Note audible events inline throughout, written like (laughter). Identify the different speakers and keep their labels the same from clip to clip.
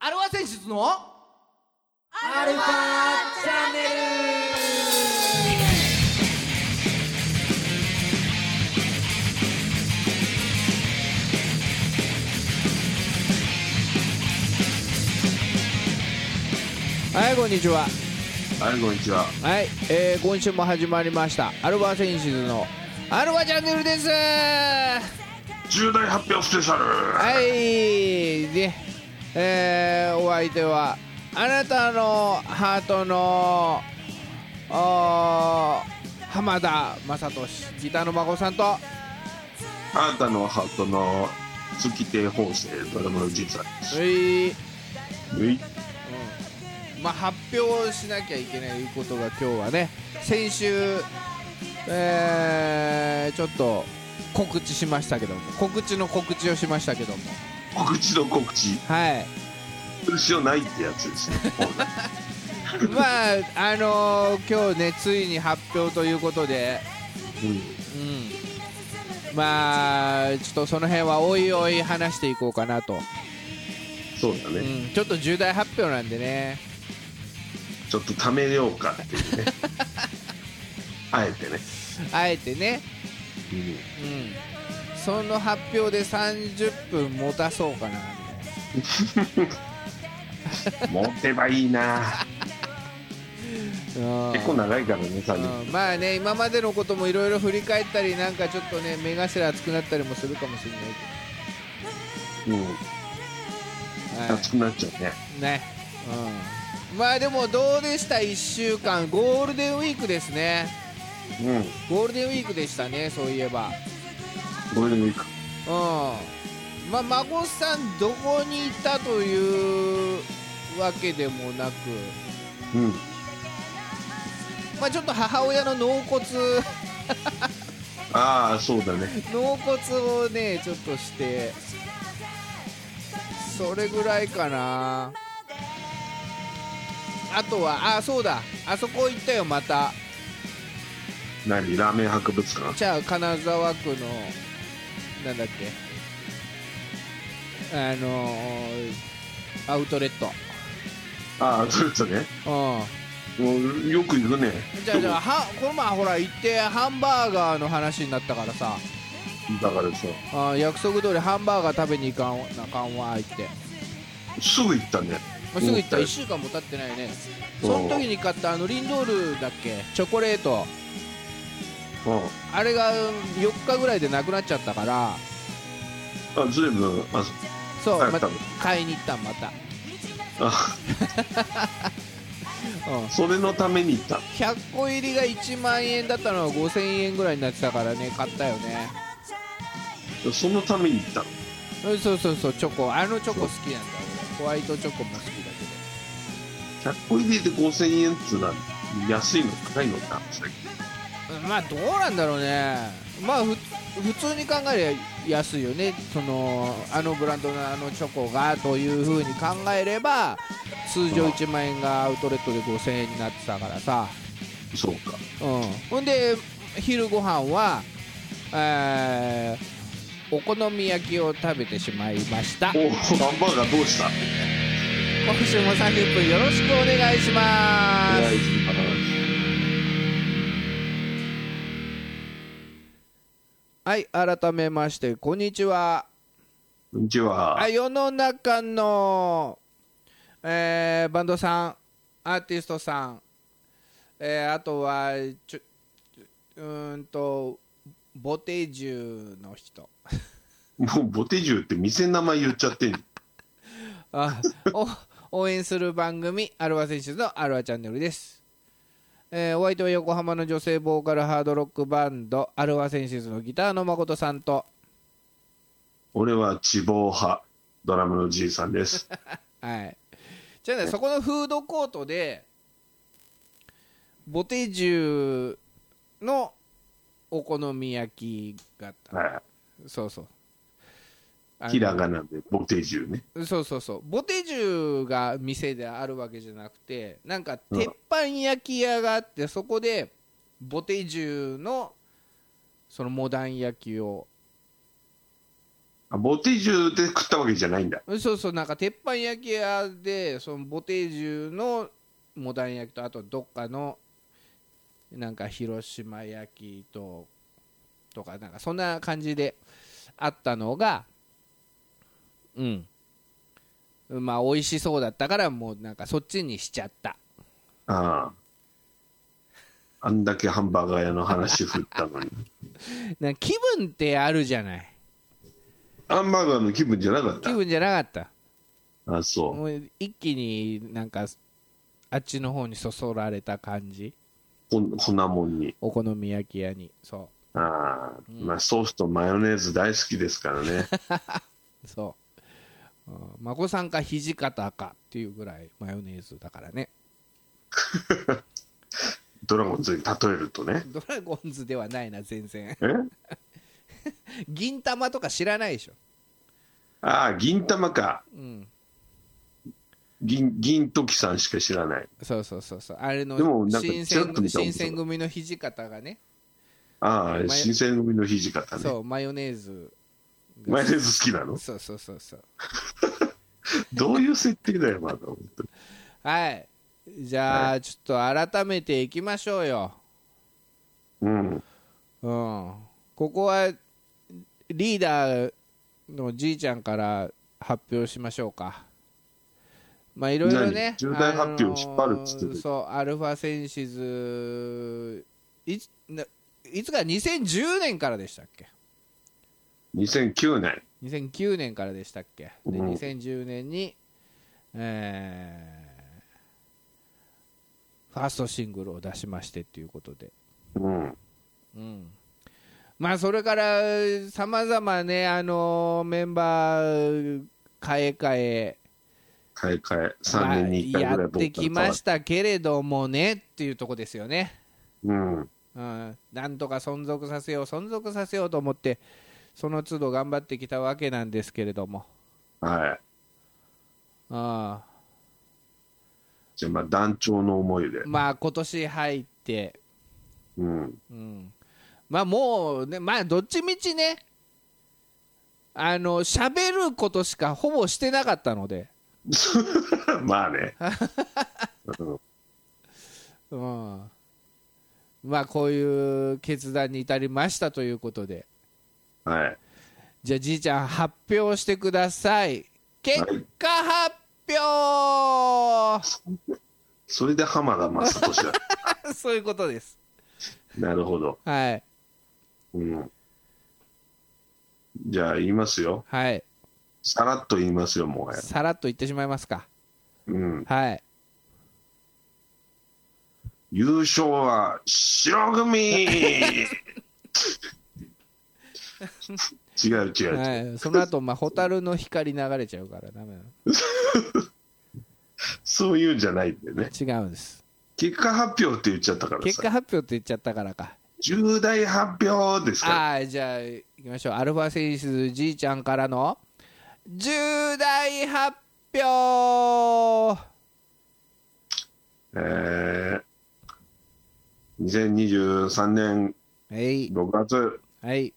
Speaker 1: アルファ選出のアルファチャンネ
Speaker 2: はいこんにちは
Speaker 3: はい、こんにちは。
Speaker 2: はい、えー、今週も始まりましたアルファセンシズのアルファチャンネルですは
Speaker 3: 重大発表スペシャル。
Speaker 2: いで、えー、お相手はあなたのハートのあー浜田雅俊ギターの孫さんと
Speaker 3: あなたのハートの月亭方正ドラムのじいさんです。
Speaker 2: はい
Speaker 3: は
Speaker 2: う
Speaker 3: い。
Speaker 2: んまあ、発表しなきゃいけないことが今日はね先週、えーちょっと告知しましたけども告知の告知をしましたけども
Speaker 3: 告知の告知。
Speaker 2: はい
Speaker 3: する必要ないってやつ
Speaker 2: (laughs)
Speaker 3: ですね。
Speaker 2: まああのー今日ねついに発表ということで、
Speaker 3: うん
Speaker 2: うん、まあちょっとその辺はおいおい話していこうかなと、
Speaker 3: そうだ
Speaker 2: う
Speaker 3: ね。
Speaker 2: ん、ちょっと重大発表なんでね
Speaker 3: ちょっとためようかっていう
Speaker 2: (laughs)
Speaker 3: ね。あえてね。
Speaker 2: あえてね
Speaker 3: うん
Speaker 2: うん、その発表で30分持たそうかなみ
Speaker 3: 持てばいいな。
Speaker 2: たいな
Speaker 3: 結構長いからね、30分。
Speaker 2: うんまあね今までのこともいろいろ振り返ったりなんかちょっとね目頭熱くなったりもするかもしれない
Speaker 3: うん。
Speaker 2: けど、は
Speaker 3: 熱くなっちゃうね。
Speaker 2: い、ね、うん、まあでもどうでした1週間ゴールデンウィークですね
Speaker 3: う
Speaker 2: ゴールデンウィークでしたねそういえば
Speaker 3: ん。ゴールデンウィーク。
Speaker 2: うんまあ孫さんどこにいたというわけでもなく
Speaker 3: うん。
Speaker 2: まあちょっと母親の納骨 (laughs)
Speaker 3: ああ、そうだね。
Speaker 2: 納骨をねちょっとしてそれぐらいかなあとはあそうだあそこ行ったよまた
Speaker 3: 何ラーメン博物館。
Speaker 2: じゃあ金沢区のなんだっけあのーアウトレット
Speaker 3: ああ、そうですね。
Speaker 2: う
Speaker 3: もうよく行くね。
Speaker 2: んじゃあじゃあはこの前ほら行ってハンバーガーの話になったからさ
Speaker 3: だからさ、
Speaker 2: あ約束通りハンバーガー食べに行かんなあかんわ言って
Speaker 3: すぐ行ったね。
Speaker 2: まあすぐ行った
Speaker 3: うん
Speaker 2: 1週間も経ってないねその時に買ったあのリンドールだっけチョコレート
Speaker 3: う
Speaker 2: あれがうん4日ぐらいでなくなっちゃったから
Speaker 3: ん。あ、ずいぶん、あ、そ
Speaker 2: そう、
Speaker 3: 買
Speaker 2: ま
Speaker 3: った
Speaker 2: た
Speaker 3: の
Speaker 2: 買いに行ったんまた、
Speaker 3: あ、
Speaker 2: うん、
Speaker 3: それのために行った。
Speaker 2: 100個入りが1万円だったのが5000円ぐらいになってたからね買ったよね
Speaker 3: そのために行った。
Speaker 2: うんそうそうそうチョコあのチョコ好きなんだ俺ホワイトチョコも好きだ
Speaker 3: 100個入りで5000円っつうのは安いの高いのか。
Speaker 2: けどうんまあどうなんだろうねまあふ普通に考えれば安いよねそのあのブランドのあのチョコがというふうに考えれば通常1万円がアウトレットで5000円になってたからさ
Speaker 3: そうか。
Speaker 2: うん、ほんで昼ご飯は、えーお好み焼きを食べてしまいました
Speaker 3: おお、ハンバーガーどうしたお
Speaker 2: 今週も30分よろしくお願いしま
Speaker 3: 願い
Speaker 2: す
Speaker 3: します
Speaker 2: はい改めましてこんにちは
Speaker 3: こんにちは。
Speaker 2: あ世の中の、えーバンドさんアーティストさん、えーあとはちょうーんとボテジュの人
Speaker 3: もうボテジュって店の名前言っちゃってんの
Speaker 2: あお応援する番組アルワ選手のアルワチャンネルです、えー、お相手は横浜の女性ボーカルハードロックバンドアルワ選手のギターの誠さんと、
Speaker 3: 俺は地方派、ドラムのじいさんです。
Speaker 2: はい、じゃあねそこのフードコートでボテジュのお好み焼きがあった
Speaker 3: は
Speaker 2: そうそうあ
Speaker 3: い。
Speaker 2: の
Speaker 3: ひらがなでボテジュね。
Speaker 2: そうそうそうボテジュが店であるわけじゃなくてなんか鉄板焼き屋があってそこでボテジュのそのモダン焼きを
Speaker 3: あボテージュで食ったわけじゃないんだ
Speaker 2: そうそうなんか鉄板焼き屋でそのボテージュのモダン焼きとあとどっかのなんか広島焼きととかなんかそんな感じであったのがうんまあ美味しそうだったからもうなんかそっちにしちゃった
Speaker 3: あああんだけハンバーガー屋の話振った
Speaker 2: (laughs)
Speaker 3: のに
Speaker 2: なんか気分ってあるじゃない
Speaker 3: ハンバーガーの気分じゃなかっ
Speaker 2: 気分じゃなかった
Speaker 3: たあそ
Speaker 2: もう一気になんかあっちの方にそそられた感じ
Speaker 3: うこ粉もんに
Speaker 2: お好み焼き屋にそ
Speaker 3: ああ、まあソースとマヨネーズ大好きですか
Speaker 2: (laughs)
Speaker 3: らね
Speaker 2: うそう、うん、孫さんか土方かっていうぐらいマヨネーズだからね (laughs)
Speaker 3: ドラゴンズに例えるとね
Speaker 2: ドラゴンズではないな全然
Speaker 3: え
Speaker 2: 銀玉とか知らないでしょ
Speaker 3: ああ銀玉か
Speaker 2: うん
Speaker 3: 銀銀時さんしか知らない
Speaker 2: そうそうそうそうあれの
Speaker 3: でもなんか
Speaker 2: 新
Speaker 3: ちら
Speaker 2: 選
Speaker 3: っと見た
Speaker 2: 新選組の土方がね
Speaker 3: あ
Speaker 2: マヨ
Speaker 3: あ新選組の土方ね
Speaker 2: そうマヨネーズが
Speaker 3: マヨネーズ好きなの
Speaker 2: そうそうそうそう
Speaker 3: どういう設定だよまだ本当に
Speaker 2: はいじゃあ、ちょっと改めていきましょうよ
Speaker 3: う
Speaker 2: う
Speaker 3: ん
Speaker 2: ん、ここはリーダーのじいちゃんから発表しましょうか。まあいろいろね、
Speaker 3: 何重大発表を引っ張るっつって
Speaker 2: あのーそう、アルファセンシズ、いつないつから2010年からでしたっけ
Speaker 3: 2009年
Speaker 2: ?2009 年からでしたっけで、
Speaker 3: うん
Speaker 2: 2010年に、えーファーストシングルを出しましてということで。
Speaker 3: うん
Speaker 2: うんまあそれからさまざまねあのメンバー変え変え
Speaker 3: 買い替え
Speaker 2: まあ
Speaker 3: 3年に1回
Speaker 2: や
Speaker 3: ぐら
Speaker 2: っ
Speaker 3: い
Speaker 2: てきましたたけれどもねっていうとこですよね、
Speaker 3: うん
Speaker 2: うん、なんとか存続させよう存続させようと思ってその都度頑張ってきたわけなんですけれども
Speaker 3: はい
Speaker 2: あ
Speaker 3: じゃあまあ団長の思いで
Speaker 2: まあ今年入って、
Speaker 3: うん (laughs)
Speaker 2: うん、まあもうねまあどっちみちねあの喋ることしかほぼしてなかったので
Speaker 3: まあね、うん
Speaker 2: うん、まあこういう決断に至りましたということで
Speaker 3: はい
Speaker 2: じゃあじいちゃん発表してください結果発表 (laughs)
Speaker 3: それで浜田雅俊だ
Speaker 2: そういうことです
Speaker 3: なるほど、
Speaker 2: はい
Speaker 3: うん、じゃあ言いますよ
Speaker 2: はい
Speaker 3: さらっと言いますよもはや、
Speaker 2: さらっと言ってしまいますか
Speaker 3: うん、
Speaker 2: はい
Speaker 3: 優勝は白
Speaker 2: (laughs)
Speaker 3: 組違う違う違う、
Speaker 2: はいその後まあ蛍の光流れちゃうからダメなの
Speaker 3: そういうんじゃないんでね
Speaker 2: 違うんです
Speaker 3: 結果発表って言っちゃったから
Speaker 2: 結果
Speaker 3: さ
Speaker 2: 発表って言っちゃったからか
Speaker 3: 重大発表ですから
Speaker 2: ああじゃあ行きましょうアルファセンシズじいちゃんからの重大発表
Speaker 3: えー、2023年
Speaker 2: はい
Speaker 3: 6月、
Speaker 2: はい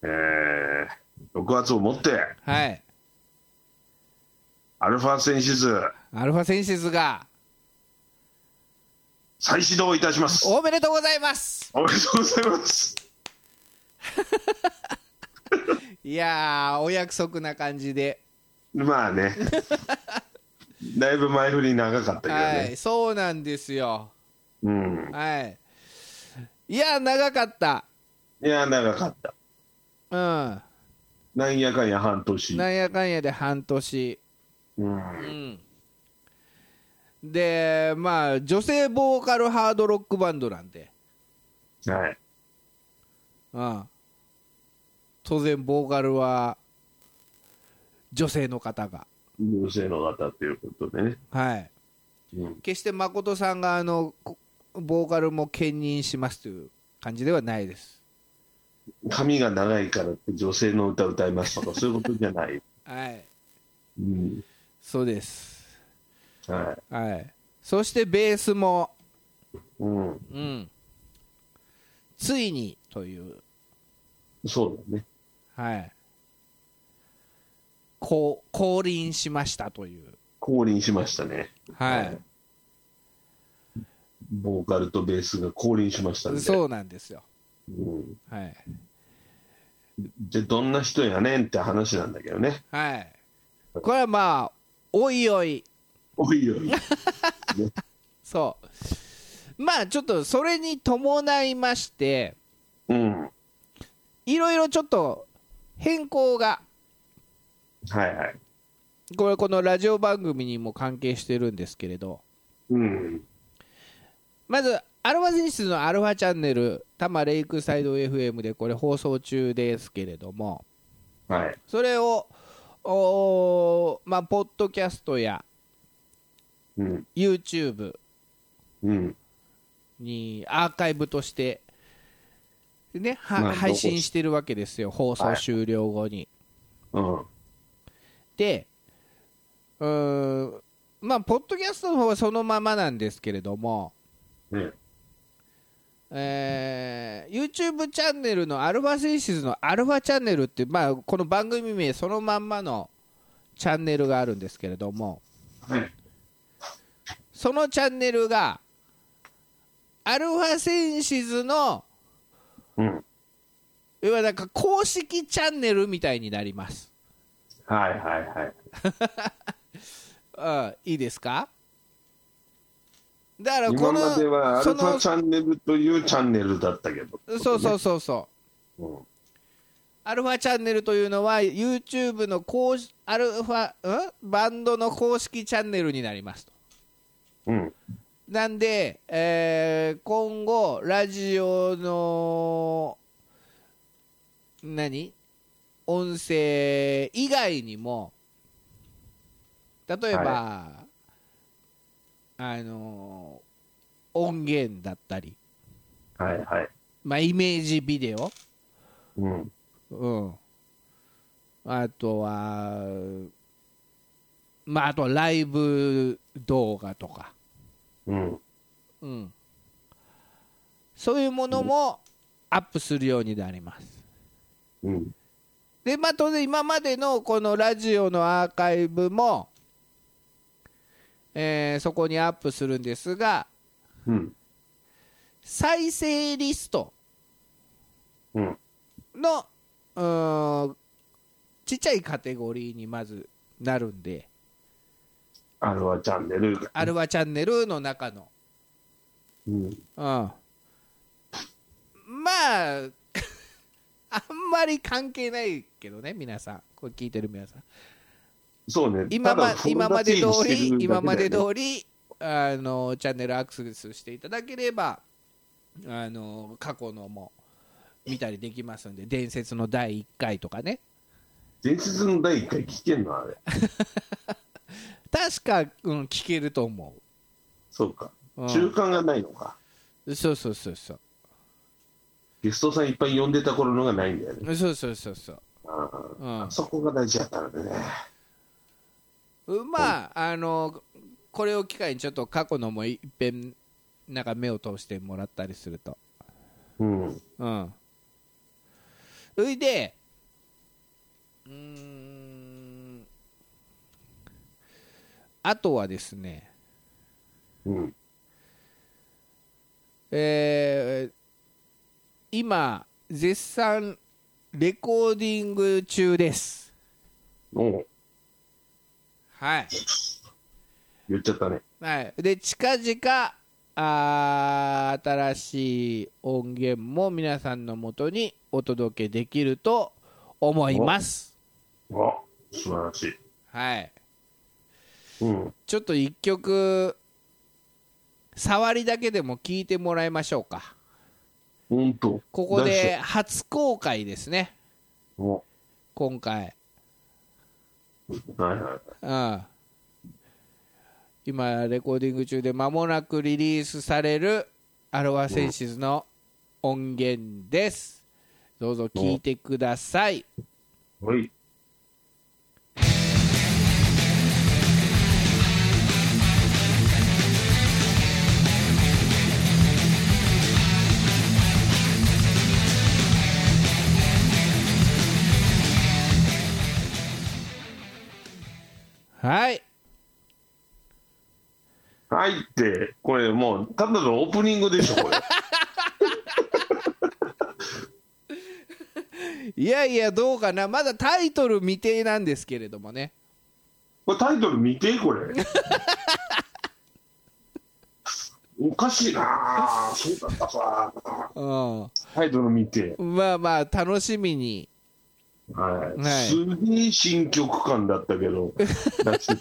Speaker 3: えー、6月をもって、
Speaker 2: はい
Speaker 3: アルファ選手図
Speaker 2: アルファセンシズが
Speaker 3: 再始動いたします。
Speaker 2: おめでとうございます
Speaker 3: おめでとうございます。
Speaker 2: いやーお約束な感じで、
Speaker 3: ま
Speaker 2: (laughs)
Speaker 3: あね、だいぶ前振り長かったけどね。
Speaker 2: はいそうなんですよ
Speaker 3: うん。
Speaker 2: はいいやー長かった
Speaker 3: いや、長かった。
Speaker 2: う
Speaker 3: なんやかんや半
Speaker 2: ん
Speaker 3: 年。
Speaker 2: なんやかんやで半年
Speaker 3: うん。
Speaker 2: うんでまあ女性ボーカルハードロックバンドなんで
Speaker 3: はい。
Speaker 2: うん当然ボーカルは女性の方が
Speaker 3: 女性の方っていうことでね。
Speaker 2: はい
Speaker 3: うん。
Speaker 2: 決して誠さんがあのこボーカルも兼任しますという感じではないです
Speaker 3: 髪が長いからって女性の歌歌いますとか、そういうことじゃない。
Speaker 2: はい
Speaker 3: うん。
Speaker 2: そうです
Speaker 3: はい。
Speaker 2: はいそしてベースも
Speaker 3: うん。
Speaker 2: うんついにという
Speaker 3: そうだね。
Speaker 2: はいこう降臨しましたという
Speaker 3: 降臨しましたね。
Speaker 2: はい、
Speaker 3: ボーカルとベースが降臨しましたんで。
Speaker 2: そうなんですよ
Speaker 3: うん
Speaker 2: はい
Speaker 3: じゃあどんな人やねんって話なんだけどね。
Speaker 2: はいこれはまあおいおい
Speaker 3: おいおい。
Speaker 2: そうまあちょっとそれに伴いまして
Speaker 3: うん。はい
Speaker 2: いろいろちょっと変更が
Speaker 3: はい。
Speaker 2: これこのラジオ番組にも関係してるんですけれど
Speaker 3: うん。
Speaker 2: まずアルファゼニスのアルファチャンネル多摩レイクサイド FM でこれ放送中ですけれども
Speaker 3: はい。
Speaker 2: それをおーまあポッドキャストや
Speaker 3: うん。
Speaker 2: YouTube
Speaker 3: うん。
Speaker 2: にアーカイブとしてねは
Speaker 3: まあ
Speaker 2: 配信してるわけですよ放送終了後に、
Speaker 3: うん。
Speaker 2: でうーんまあポッドキャストの方はそのままなんですけれども、
Speaker 3: ね。
Speaker 2: えー YouTube チャンネルのアルファセンシスのアルファチャンネルって、まあ、この番組名そのまんまのチャンネルがあるんですけれども
Speaker 3: はい。
Speaker 2: そのチャンネルがアルファセンシスの
Speaker 3: うん。
Speaker 2: 要はなんか公式チャンネルみたいになります、
Speaker 3: はいはいは
Speaker 2: う
Speaker 3: い。
Speaker 2: ん、いいですかだからこ
Speaker 3: 今
Speaker 2: の
Speaker 3: まではア
Speaker 2: そ
Speaker 3: ルファ
Speaker 2: の
Speaker 3: チャンネルというチャンネルだったけど。
Speaker 2: そうそうそうそう
Speaker 3: うん。
Speaker 2: アルファチャンネルというのは YouTube の公式アルファ、ん、バンドの公式チャンネルになりますと。
Speaker 3: うん。
Speaker 2: なんで、えー今後、ラジオの何音声以外にも例えば、あのー音源だったり、
Speaker 3: はいはい。
Speaker 2: まあ、イメージビデオ
Speaker 3: うん。
Speaker 2: うん、あとは、まあ、あとはライブ動画とか、
Speaker 3: うん。
Speaker 2: うん、そういうものもアップするようになります。
Speaker 3: うん。
Speaker 2: で、まあ、当然、今までのこのラジオのアーカイブも、えーそこにアップするんですが、
Speaker 3: うん。
Speaker 2: 再生リスト
Speaker 3: うん。
Speaker 2: のうーんちっちゃいカテゴリーにまずなるんで。
Speaker 3: アルファチャンネル。
Speaker 2: アルファチャンネルの中の、
Speaker 3: うん。
Speaker 2: うん、まあ (laughs) あんまり関係ないけどね皆さんこれ聞いてる皆さん
Speaker 3: そうね。
Speaker 2: 今ま今まで通り今まで
Speaker 3: り。
Speaker 2: 通りあのチャンネルアクセスしていただければあの過去のも見たりできますんで伝説の第1回とかね
Speaker 3: 伝説の第一回聞けんのあれ。
Speaker 2: 確か、うん、聞けると思
Speaker 3: そうか。
Speaker 2: う、うん
Speaker 3: 中間がないのか。
Speaker 2: そうそうそうそう
Speaker 3: ゲストさんいっぱい呼んでた頃のがないんだよね。
Speaker 2: そうそうそうそう
Speaker 3: あ
Speaker 2: うん
Speaker 3: ーそこが大事だったのでね。
Speaker 2: うんまああのこれを機会にちょっと過去のもいっぺんなんか目を通してもらったりすると
Speaker 3: うん。
Speaker 2: うんそれでうーんあとはですね
Speaker 3: うん。
Speaker 2: えー今絶賛レコーディング中です
Speaker 3: おう
Speaker 2: はい
Speaker 3: 言っちゃったね。
Speaker 2: はい、で近々あー新しい音源も皆さんのもとにお届けできると思います、
Speaker 3: あ素晴らしい。
Speaker 2: はい、
Speaker 3: うん。
Speaker 2: ちょっと1曲触りだけでも聞いてもらいましょうか
Speaker 3: ほんと。
Speaker 2: ここ
Speaker 3: 大
Speaker 2: で
Speaker 3: 丈
Speaker 2: 初公開ですね
Speaker 3: 夫。お
Speaker 2: 今回、
Speaker 3: はいはい。
Speaker 2: うん、今レコーディング中で間もなくリリースされるアロワセンシズの音源ですどうぞ聞いてください
Speaker 3: はい。
Speaker 2: 「
Speaker 3: 入って、これもう、ただのオープニングでしょ、
Speaker 2: (laughs)
Speaker 3: これ。
Speaker 2: いやいやどうかなまだタイトル未定なんですけれどもね
Speaker 3: これタイトル見て、
Speaker 2: (laughs)
Speaker 3: これ。おかしいなぁそうだったか。
Speaker 2: うん
Speaker 3: タイトル見て。
Speaker 2: まあまあ楽しみに
Speaker 3: はい。
Speaker 2: はい
Speaker 3: すげえ新曲感だった
Speaker 2: (laughs)
Speaker 3: けど、出して、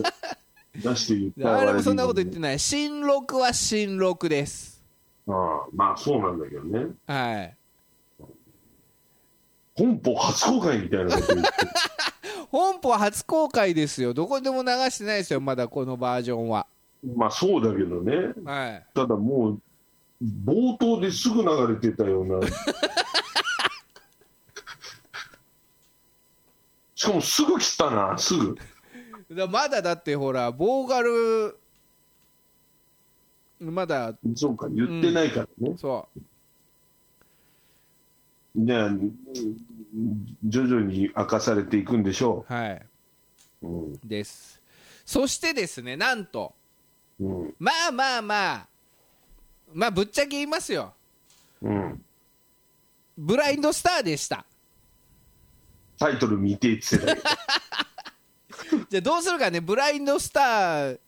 Speaker 3: 出して言ったら
Speaker 2: 誰もそんなこと言って
Speaker 3: 悪い
Speaker 2: ない新録は新録です
Speaker 3: のにああまあそうなんだけどね。
Speaker 2: はい
Speaker 3: 本邦初公開みたいなこと言って。 (laughs)
Speaker 2: 本邦初公開ですよどこでも流してないですよまだこのバージョンは
Speaker 3: まあそうだけどね。
Speaker 2: はい
Speaker 3: ただもう、冒頭ですぐ流れてた
Speaker 2: (laughs)
Speaker 3: ような。しかもすぐ来たな、すぐ。
Speaker 2: だまだだってほらボーカルまだ
Speaker 3: そうか、言ってないからね。
Speaker 2: そう
Speaker 3: じゃあ、徐々に明かされていくんでしょ
Speaker 2: はい、
Speaker 3: う。うん。
Speaker 2: ですそしてですねなんと
Speaker 3: うん。
Speaker 2: まあまあまあまあぶっちゃけ言いますよ
Speaker 3: うん。
Speaker 2: ブラインドスターでした
Speaker 3: タイトル見てって言ってた
Speaker 2: (laughs)
Speaker 3: けど
Speaker 2: じゃあどうするかねブラインドスター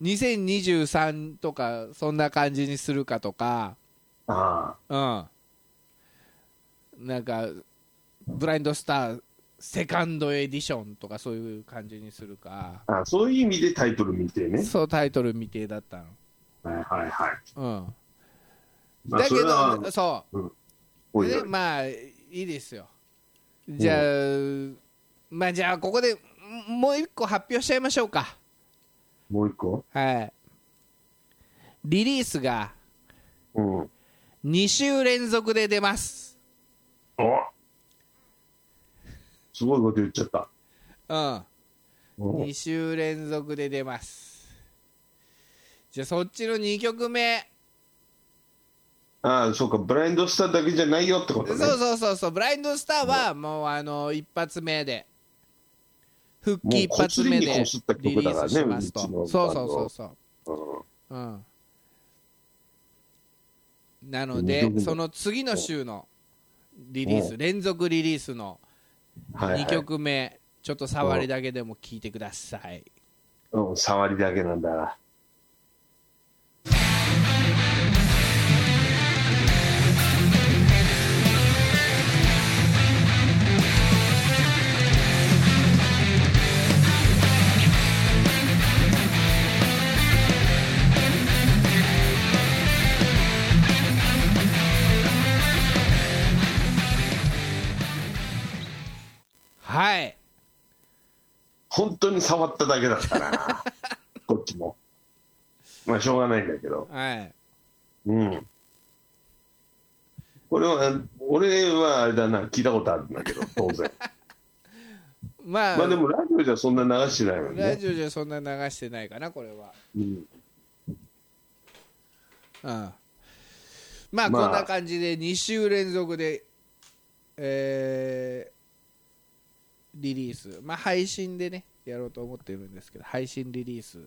Speaker 2: 2023とかそんな感じにするかとか
Speaker 3: あ
Speaker 2: うんなんかブラインドスターセカンドエディションとかそういう感じにするか
Speaker 3: あああ、そういう意味でタイトル見てね。
Speaker 2: そうタイトル未定だったの
Speaker 3: はいはいはい。
Speaker 2: うん
Speaker 3: まあ、
Speaker 2: だけ
Speaker 3: それは
Speaker 2: ど、そ
Speaker 3: お
Speaker 2: う
Speaker 3: いおい
Speaker 2: でまあいいですよじゃあまあじゃあここでんもう一個発表しちゃいましょうか
Speaker 3: もう一個
Speaker 2: はいリリースが
Speaker 3: うん。お
Speaker 2: 2週連続で出ます
Speaker 3: すごいこと言っちゃった。
Speaker 2: うん
Speaker 3: うん
Speaker 2: 2週連続で出ますじゃあそっちの2曲目
Speaker 3: ああ、そうか、ブラインドスターだけじゃないよってこと
Speaker 2: そう
Speaker 3: ね。
Speaker 2: そうそうそうブラインドスターはもうあの一発目で復
Speaker 3: も
Speaker 2: 帰
Speaker 3: う
Speaker 2: 一発目で
Speaker 3: こすりにこすった曲
Speaker 2: リリ
Speaker 3: だか
Speaker 2: ー
Speaker 3: らね
Speaker 2: スしますと
Speaker 3: うちの
Speaker 2: そう
Speaker 3: バン
Speaker 2: そう
Speaker 3: ド
Speaker 2: そ
Speaker 3: は
Speaker 2: うそう
Speaker 3: うん
Speaker 2: うんなので
Speaker 3: 二曲目
Speaker 2: その次の週のリリース連続リリースの
Speaker 3: はいはい
Speaker 2: 2曲目ちょっと触りだけでも聞いてください
Speaker 3: うん、触りだけなんだな。
Speaker 2: はい
Speaker 3: 本当に触っただけだっ
Speaker 2: (laughs)
Speaker 3: たな。こっちも。まあ、しょうがないんだけど。
Speaker 2: はい
Speaker 3: うん。これは、俺はあれだな、聞いたことあるんだけど、当然。
Speaker 2: まあ
Speaker 3: まあでも、ラジオじゃそんな流してないもん
Speaker 2: ラ
Speaker 3: ね。
Speaker 2: ジオじゃそんな流してないかなこれは
Speaker 3: うん
Speaker 2: うんまあ
Speaker 3: まあ
Speaker 2: こんな感じで2週連続でえーリリースまあ配信でねやろうと思ってるんですけど配信リリース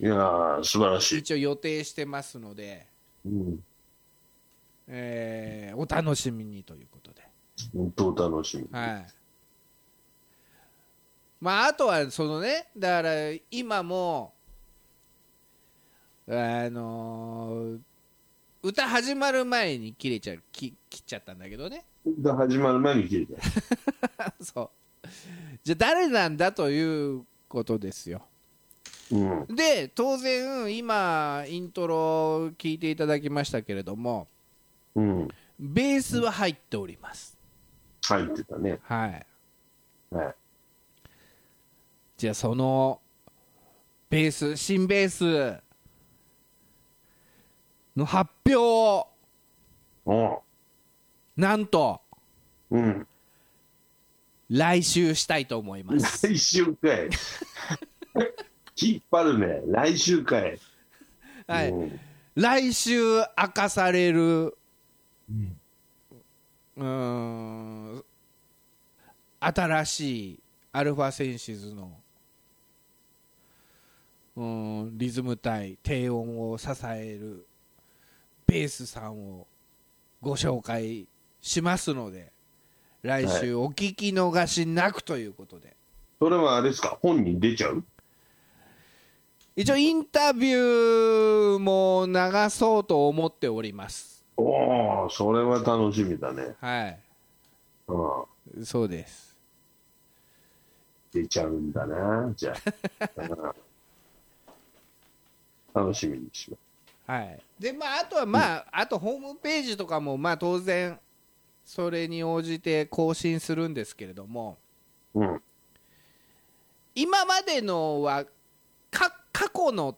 Speaker 3: いやー、素晴らしい。
Speaker 2: 一応予定してますので、
Speaker 3: うん。
Speaker 2: えーお楽しみにということで
Speaker 3: 本当楽しみ。
Speaker 2: はいまああとはそのねだから今もあのー歌始まる前に切れちゃうき切っちゃったんだけどね
Speaker 3: が始まる前に聞いた。
Speaker 2: (laughs) そうじゃあ誰なんだということですよ
Speaker 3: うん。
Speaker 2: で当然今イントロ聞いていただきましたけれども
Speaker 3: うん。
Speaker 2: ベースは入っております、
Speaker 3: 入ってたね。
Speaker 2: はい
Speaker 3: はい。
Speaker 2: じゃあそのベース新ベースの発表を
Speaker 3: お
Speaker 2: なんと
Speaker 3: ううん。
Speaker 2: 来週したいと思います
Speaker 3: 来週かい。引っ張るね。来週かい。
Speaker 2: はい、
Speaker 3: うん
Speaker 2: 来週明かされるうーん新しいアルファセンシズのうん、リズム体低音を支えるベースさんをご紹介しますので来週お聞き逃しなくということで、
Speaker 3: それはあれですか本に出ちゃう
Speaker 2: 一応インタビューも流そうと思っております
Speaker 3: おおそれは楽しみだね
Speaker 2: はい
Speaker 3: うん
Speaker 2: そうです
Speaker 3: 出ちゃうんだなじゃあうん楽しみにしま
Speaker 2: はいでまああとはまあ、あとホームページとかもまあ当然それに応じて更新するんですけれども、
Speaker 3: すうん
Speaker 2: 今までのはか過去のっ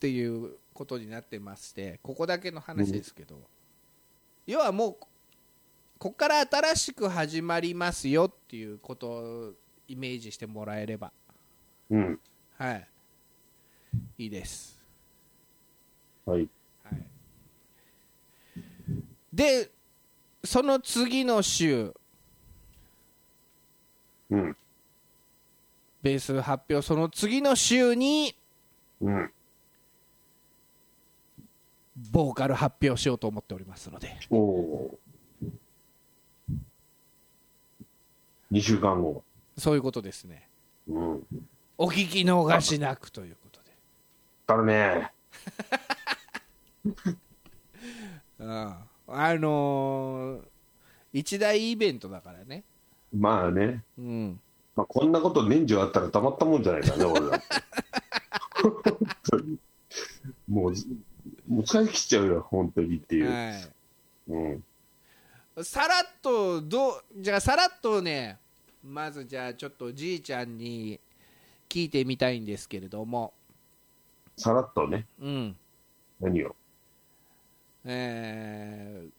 Speaker 2: ていうことになってましてここだけの話ですけど、要はもうこっから新しく始まりますよっていうことをイメージしてもらえれば
Speaker 3: うん
Speaker 2: はいいいです、
Speaker 3: はい
Speaker 2: はい、でその次の週
Speaker 3: うん
Speaker 2: ベース発表その次の週に
Speaker 3: うん
Speaker 2: ボーカル発表しようと思っておりますので
Speaker 3: おお2週間後
Speaker 2: そういうことですね
Speaker 3: うん
Speaker 2: お聞き逃しなくということで。
Speaker 3: だからね
Speaker 2: うん、あのー一大イベントだからね。
Speaker 3: まあね、
Speaker 2: うん。
Speaker 3: まあ、こんなこと年中あったらたまったもんじゃないからね俺ら本当にもうもう使い切っちゃうよ本当にっていう、
Speaker 2: は
Speaker 3: うん
Speaker 2: い。さらっと、どう、じゃあさらっとね、まずじゃあちょっとじいちゃんに聞いてみたいんですけれども、
Speaker 3: さらっとね
Speaker 2: うん。
Speaker 3: 何を
Speaker 2: えー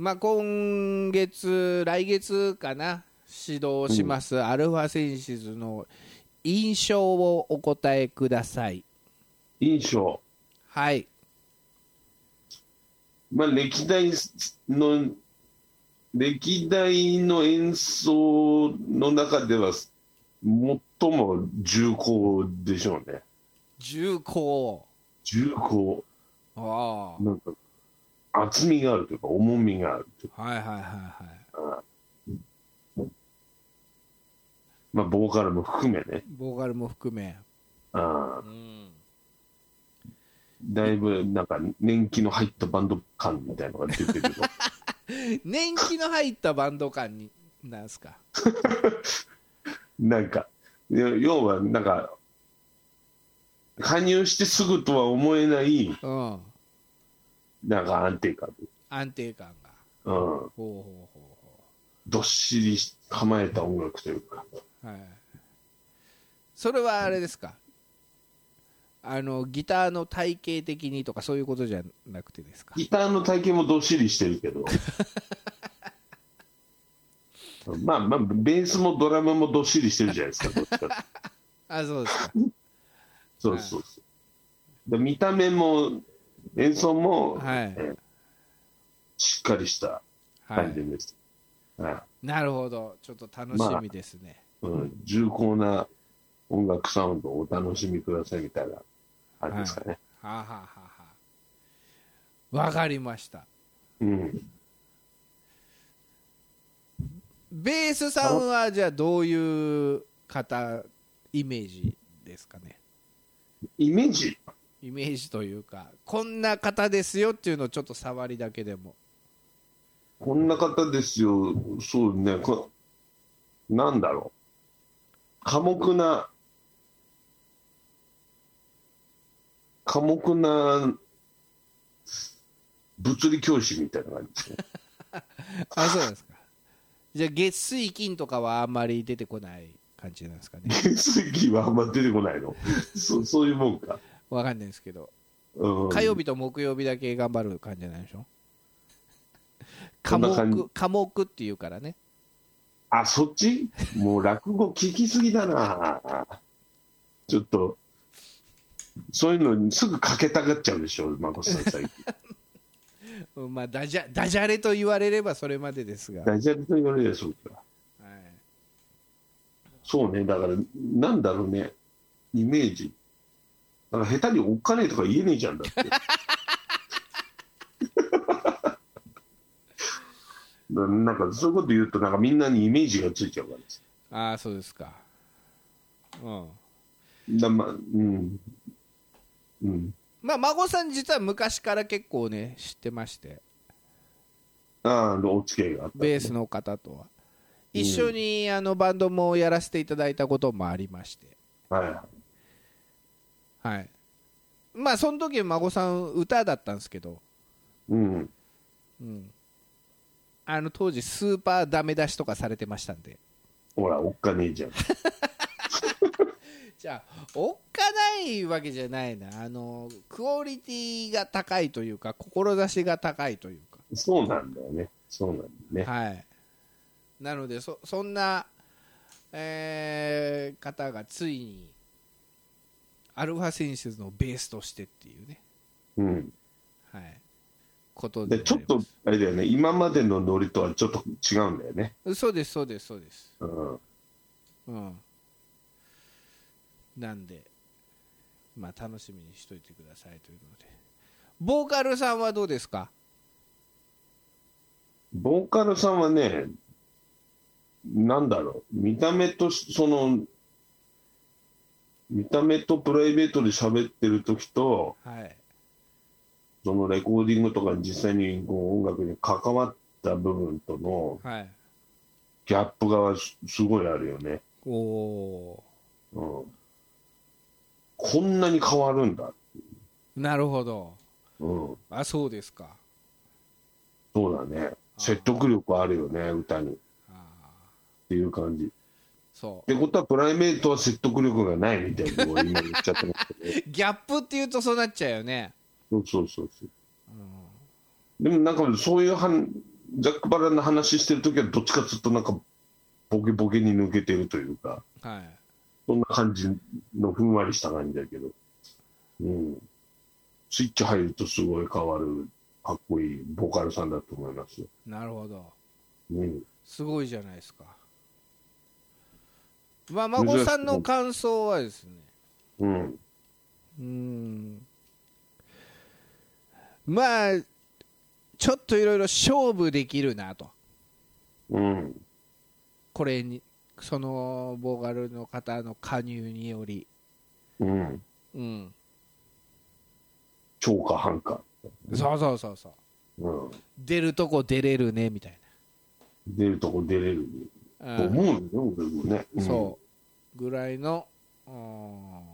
Speaker 2: まあ今月、来月かな、指導します、アルファセンシズの印象をお答えください。
Speaker 3: 印象
Speaker 2: はい。
Speaker 3: まあ、歴代の、歴代の演奏の中では、最も重厚でしょうね。
Speaker 2: 重厚。
Speaker 3: 重厚。
Speaker 2: あ
Speaker 3: なんか、厚みがあるというか、重みがあるというか、
Speaker 2: あはいはいはいはい
Speaker 3: まあ、ボーカルも含めね。
Speaker 2: ボーカルも含め
Speaker 3: ああ
Speaker 2: うん
Speaker 3: だいぶ、なんか、年季の入ったバンド感みたいなのが出てると。
Speaker 2: 年季の入ったバンド感になんすか
Speaker 3: なんか、要要は、なんか、加入してすぐとは思えない、
Speaker 2: うん
Speaker 3: なんか安定感。
Speaker 2: 安定感が
Speaker 3: うん。
Speaker 2: ほうほうほうほ
Speaker 3: どっしり構えた音楽というか、
Speaker 2: うはいそれはあれですかあのギターの体系的にとかそういうことじゃなくてですか
Speaker 3: ギターの体型もどっしりして
Speaker 2: (laughs)
Speaker 3: るけど、まあまあ、ベースもドラムもどっしりしてるじゃないですか、どっちかっていうと
Speaker 2: あそうですか
Speaker 3: そうそうそう。で見た目も演奏も、
Speaker 2: はい
Speaker 3: えーしっかりした
Speaker 2: は
Speaker 3: 感
Speaker 2: い
Speaker 3: じです。はい
Speaker 2: なるほどちょっと楽しみですね、
Speaker 3: うん、重厚な音楽サウンドをお楽しみくださいみたいな感じですかね。
Speaker 2: はあ、はあはあはあわかりました
Speaker 3: うん、
Speaker 2: ベースさんはじゃあどういう方イメージですかね
Speaker 3: イメージ
Speaker 2: イメージというかこんな方ですよっていうのをちょっと触りだけでも
Speaker 3: こんな方ですよ、そうね、こなんだろう、寡黙な、寡黙な物理教師みたいな感じですね。
Speaker 2: あそうですかじゃあ月水金とかはあんまり出てこない感じなんですかね
Speaker 3: (laughs) 月水はあんま出てこないの、そそういうもんか。
Speaker 2: わかんないですけど
Speaker 3: うん、
Speaker 2: 火曜日と木曜日だけ頑張る感じじゃないでしょ
Speaker 3: (laughs) そ
Speaker 2: 科
Speaker 3: んな感じ
Speaker 2: 目科目っていうからね
Speaker 3: あ、そっちもう落語聞きすぎだな。ちょっと、そういうのにすぐかけたがっちゃうでしょ、孫さん、最近。
Speaker 2: うんまあダジャダジャレと言われればそれまでですが、はい、
Speaker 3: 大事と言われるでしょうか。そうね、だから、なんだろうね、イメージ。なんか下手におっかねえとか言えねえじゃんだって (laughs) ななんかそういうこと言うとなんかみんなにイメージがついちゃうからです
Speaker 2: ああそうですかうん
Speaker 3: だまあうんうん
Speaker 2: まあ孫さん実は昔から結構ね知ってまして
Speaker 3: ああお付き合いがあった
Speaker 2: ベースの方とは一緒にあのバンドもやらせていただいたこともありまして
Speaker 3: はい
Speaker 2: はいまあその時孫さん歌だったんですけど
Speaker 3: うん
Speaker 2: あの当時スーパーダメ出しとかされてましたんで
Speaker 3: ほらおっかねえじゃん
Speaker 2: じゃあおっかないわけじゃないなあのクオリティが高いというか志が高いというか
Speaker 3: そうなんだよねそうなんだよね
Speaker 2: はい、なのでそそんな、えー方がついにアルファセンシズのベースとしてっていうね、
Speaker 3: うん
Speaker 2: はい、ことで
Speaker 3: でちょっとあれだよね今までのノリとはちょっと違うんだよね
Speaker 2: とそうですそうですそうです、
Speaker 3: うん
Speaker 2: うん、なんで、まあ、楽しみにしといてくださいというのでボーカルさんはどうですか
Speaker 3: ボーカルさんはねなんだろう見た目としその見た目とプライベートで喋ってる時と
Speaker 2: はい
Speaker 3: そのレコーディングとかに実際にこう音楽に関わった部分との
Speaker 2: はい
Speaker 3: ギャップがすすごいあるよね、
Speaker 2: おお
Speaker 3: うん、こんなに変わるん
Speaker 2: ー
Speaker 3: だ、
Speaker 2: なるほど
Speaker 3: うん、
Speaker 2: あそうですか
Speaker 3: そうだね説得力あるよね歌にっ
Speaker 2: あー
Speaker 3: ていう感じ
Speaker 2: そう
Speaker 3: ってことはプライベートは説得力がないみたいなのを今言っちゃってますけど
Speaker 2: ギャップっていうとそうなっちゃうよね。
Speaker 3: そうそうそうそう、でもなんかそういうはんざっくばらんな話してる時はどっちかずっとなんかボケボケに抜けてるというか
Speaker 2: はい。
Speaker 3: そんな感じのふんわりした感じだけど、うん、スイッチ入るとすごい変わるかっこいいボーカルさんだと思いますよ、
Speaker 2: なるほど。
Speaker 3: うん、
Speaker 2: すごいじゃないですか。まあ、孫さんの感想はですね。
Speaker 3: うん、
Speaker 2: うーん。まあ、ちょっといろいろ勝負できるなと。
Speaker 3: うん、
Speaker 2: これに、そのボーカルの方の加入により。
Speaker 3: うん、
Speaker 2: うん。
Speaker 3: 超か半か、
Speaker 2: そうそうそうそう。
Speaker 3: うん、
Speaker 2: 出るとこ出れるね、みたい
Speaker 3: 出るとこ出れる
Speaker 2: な。
Speaker 3: と
Speaker 2: うん
Speaker 3: 思うよね、俺もね。うん
Speaker 2: そうぐらいの、うーん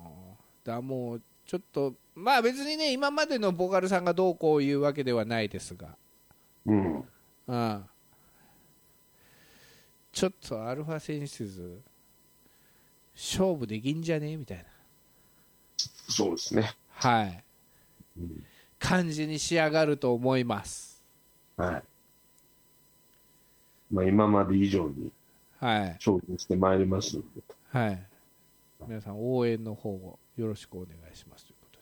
Speaker 2: だもうちょっとまあ別にね今までのボーカルさんがどうこういうわけではないですが、
Speaker 3: うん、
Speaker 2: うん、ちょっとアルファセンシズ勝負できんじゃねみたいな
Speaker 3: そうですね。
Speaker 2: はい
Speaker 3: うん
Speaker 2: 感じに仕上がると思います
Speaker 3: はい。まあ、今まで以上に
Speaker 2: はい
Speaker 3: 勝負してまいりますので。
Speaker 2: はい皆さん応援の方をよろしくお願いしますということ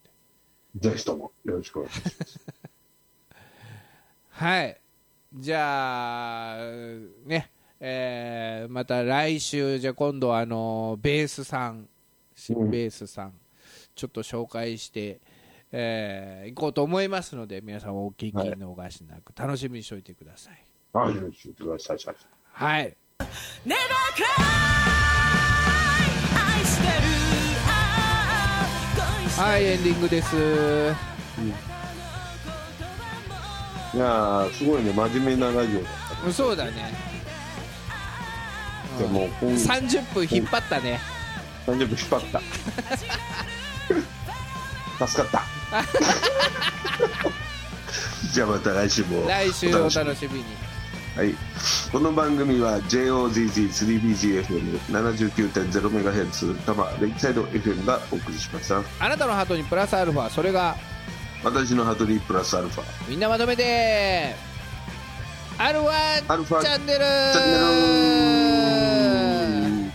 Speaker 2: で
Speaker 3: ぜひともよろしくお願いします。
Speaker 2: はい。じゃあ、ね、えーまた来週、じゃあ今度はあの、ベースさん、新ベースさん、ちょっと紹介して、えー行こうと思いますので、皆さんお聞き逃しなく、楽しみにしておいてください。
Speaker 3: はい、よろしくお願いします。
Speaker 2: はい。
Speaker 1: Never cry 愛してるああ恋してる
Speaker 2: はい、エンディングです。
Speaker 3: いやー、すごいね、真面目なラジオだっ
Speaker 2: そうだね。
Speaker 3: た。でも、今後
Speaker 2: 30分引っ張ったね。
Speaker 3: 30分引っ張った。助
Speaker 2: (laughs)
Speaker 3: かった。じゃあまた来週も
Speaker 2: 来週お楽
Speaker 3: みに
Speaker 2: しみに。
Speaker 3: はい、この番組は JOZZ3BGFM79.0MHz 多摩レイキサイド FM がお送りしました
Speaker 2: あなたのハートにプラスアルファ、それが
Speaker 3: 私のハートリープラスアルファ
Speaker 2: みんなまとめてアルフ
Speaker 3: アルフ
Speaker 2: ァ
Speaker 3: ァ
Speaker 2: チャンネル
Speaker 3: チャンネル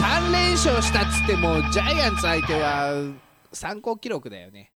Speaker 2: 3連勝したっつってもジャイアンツ相手は参考記録だよね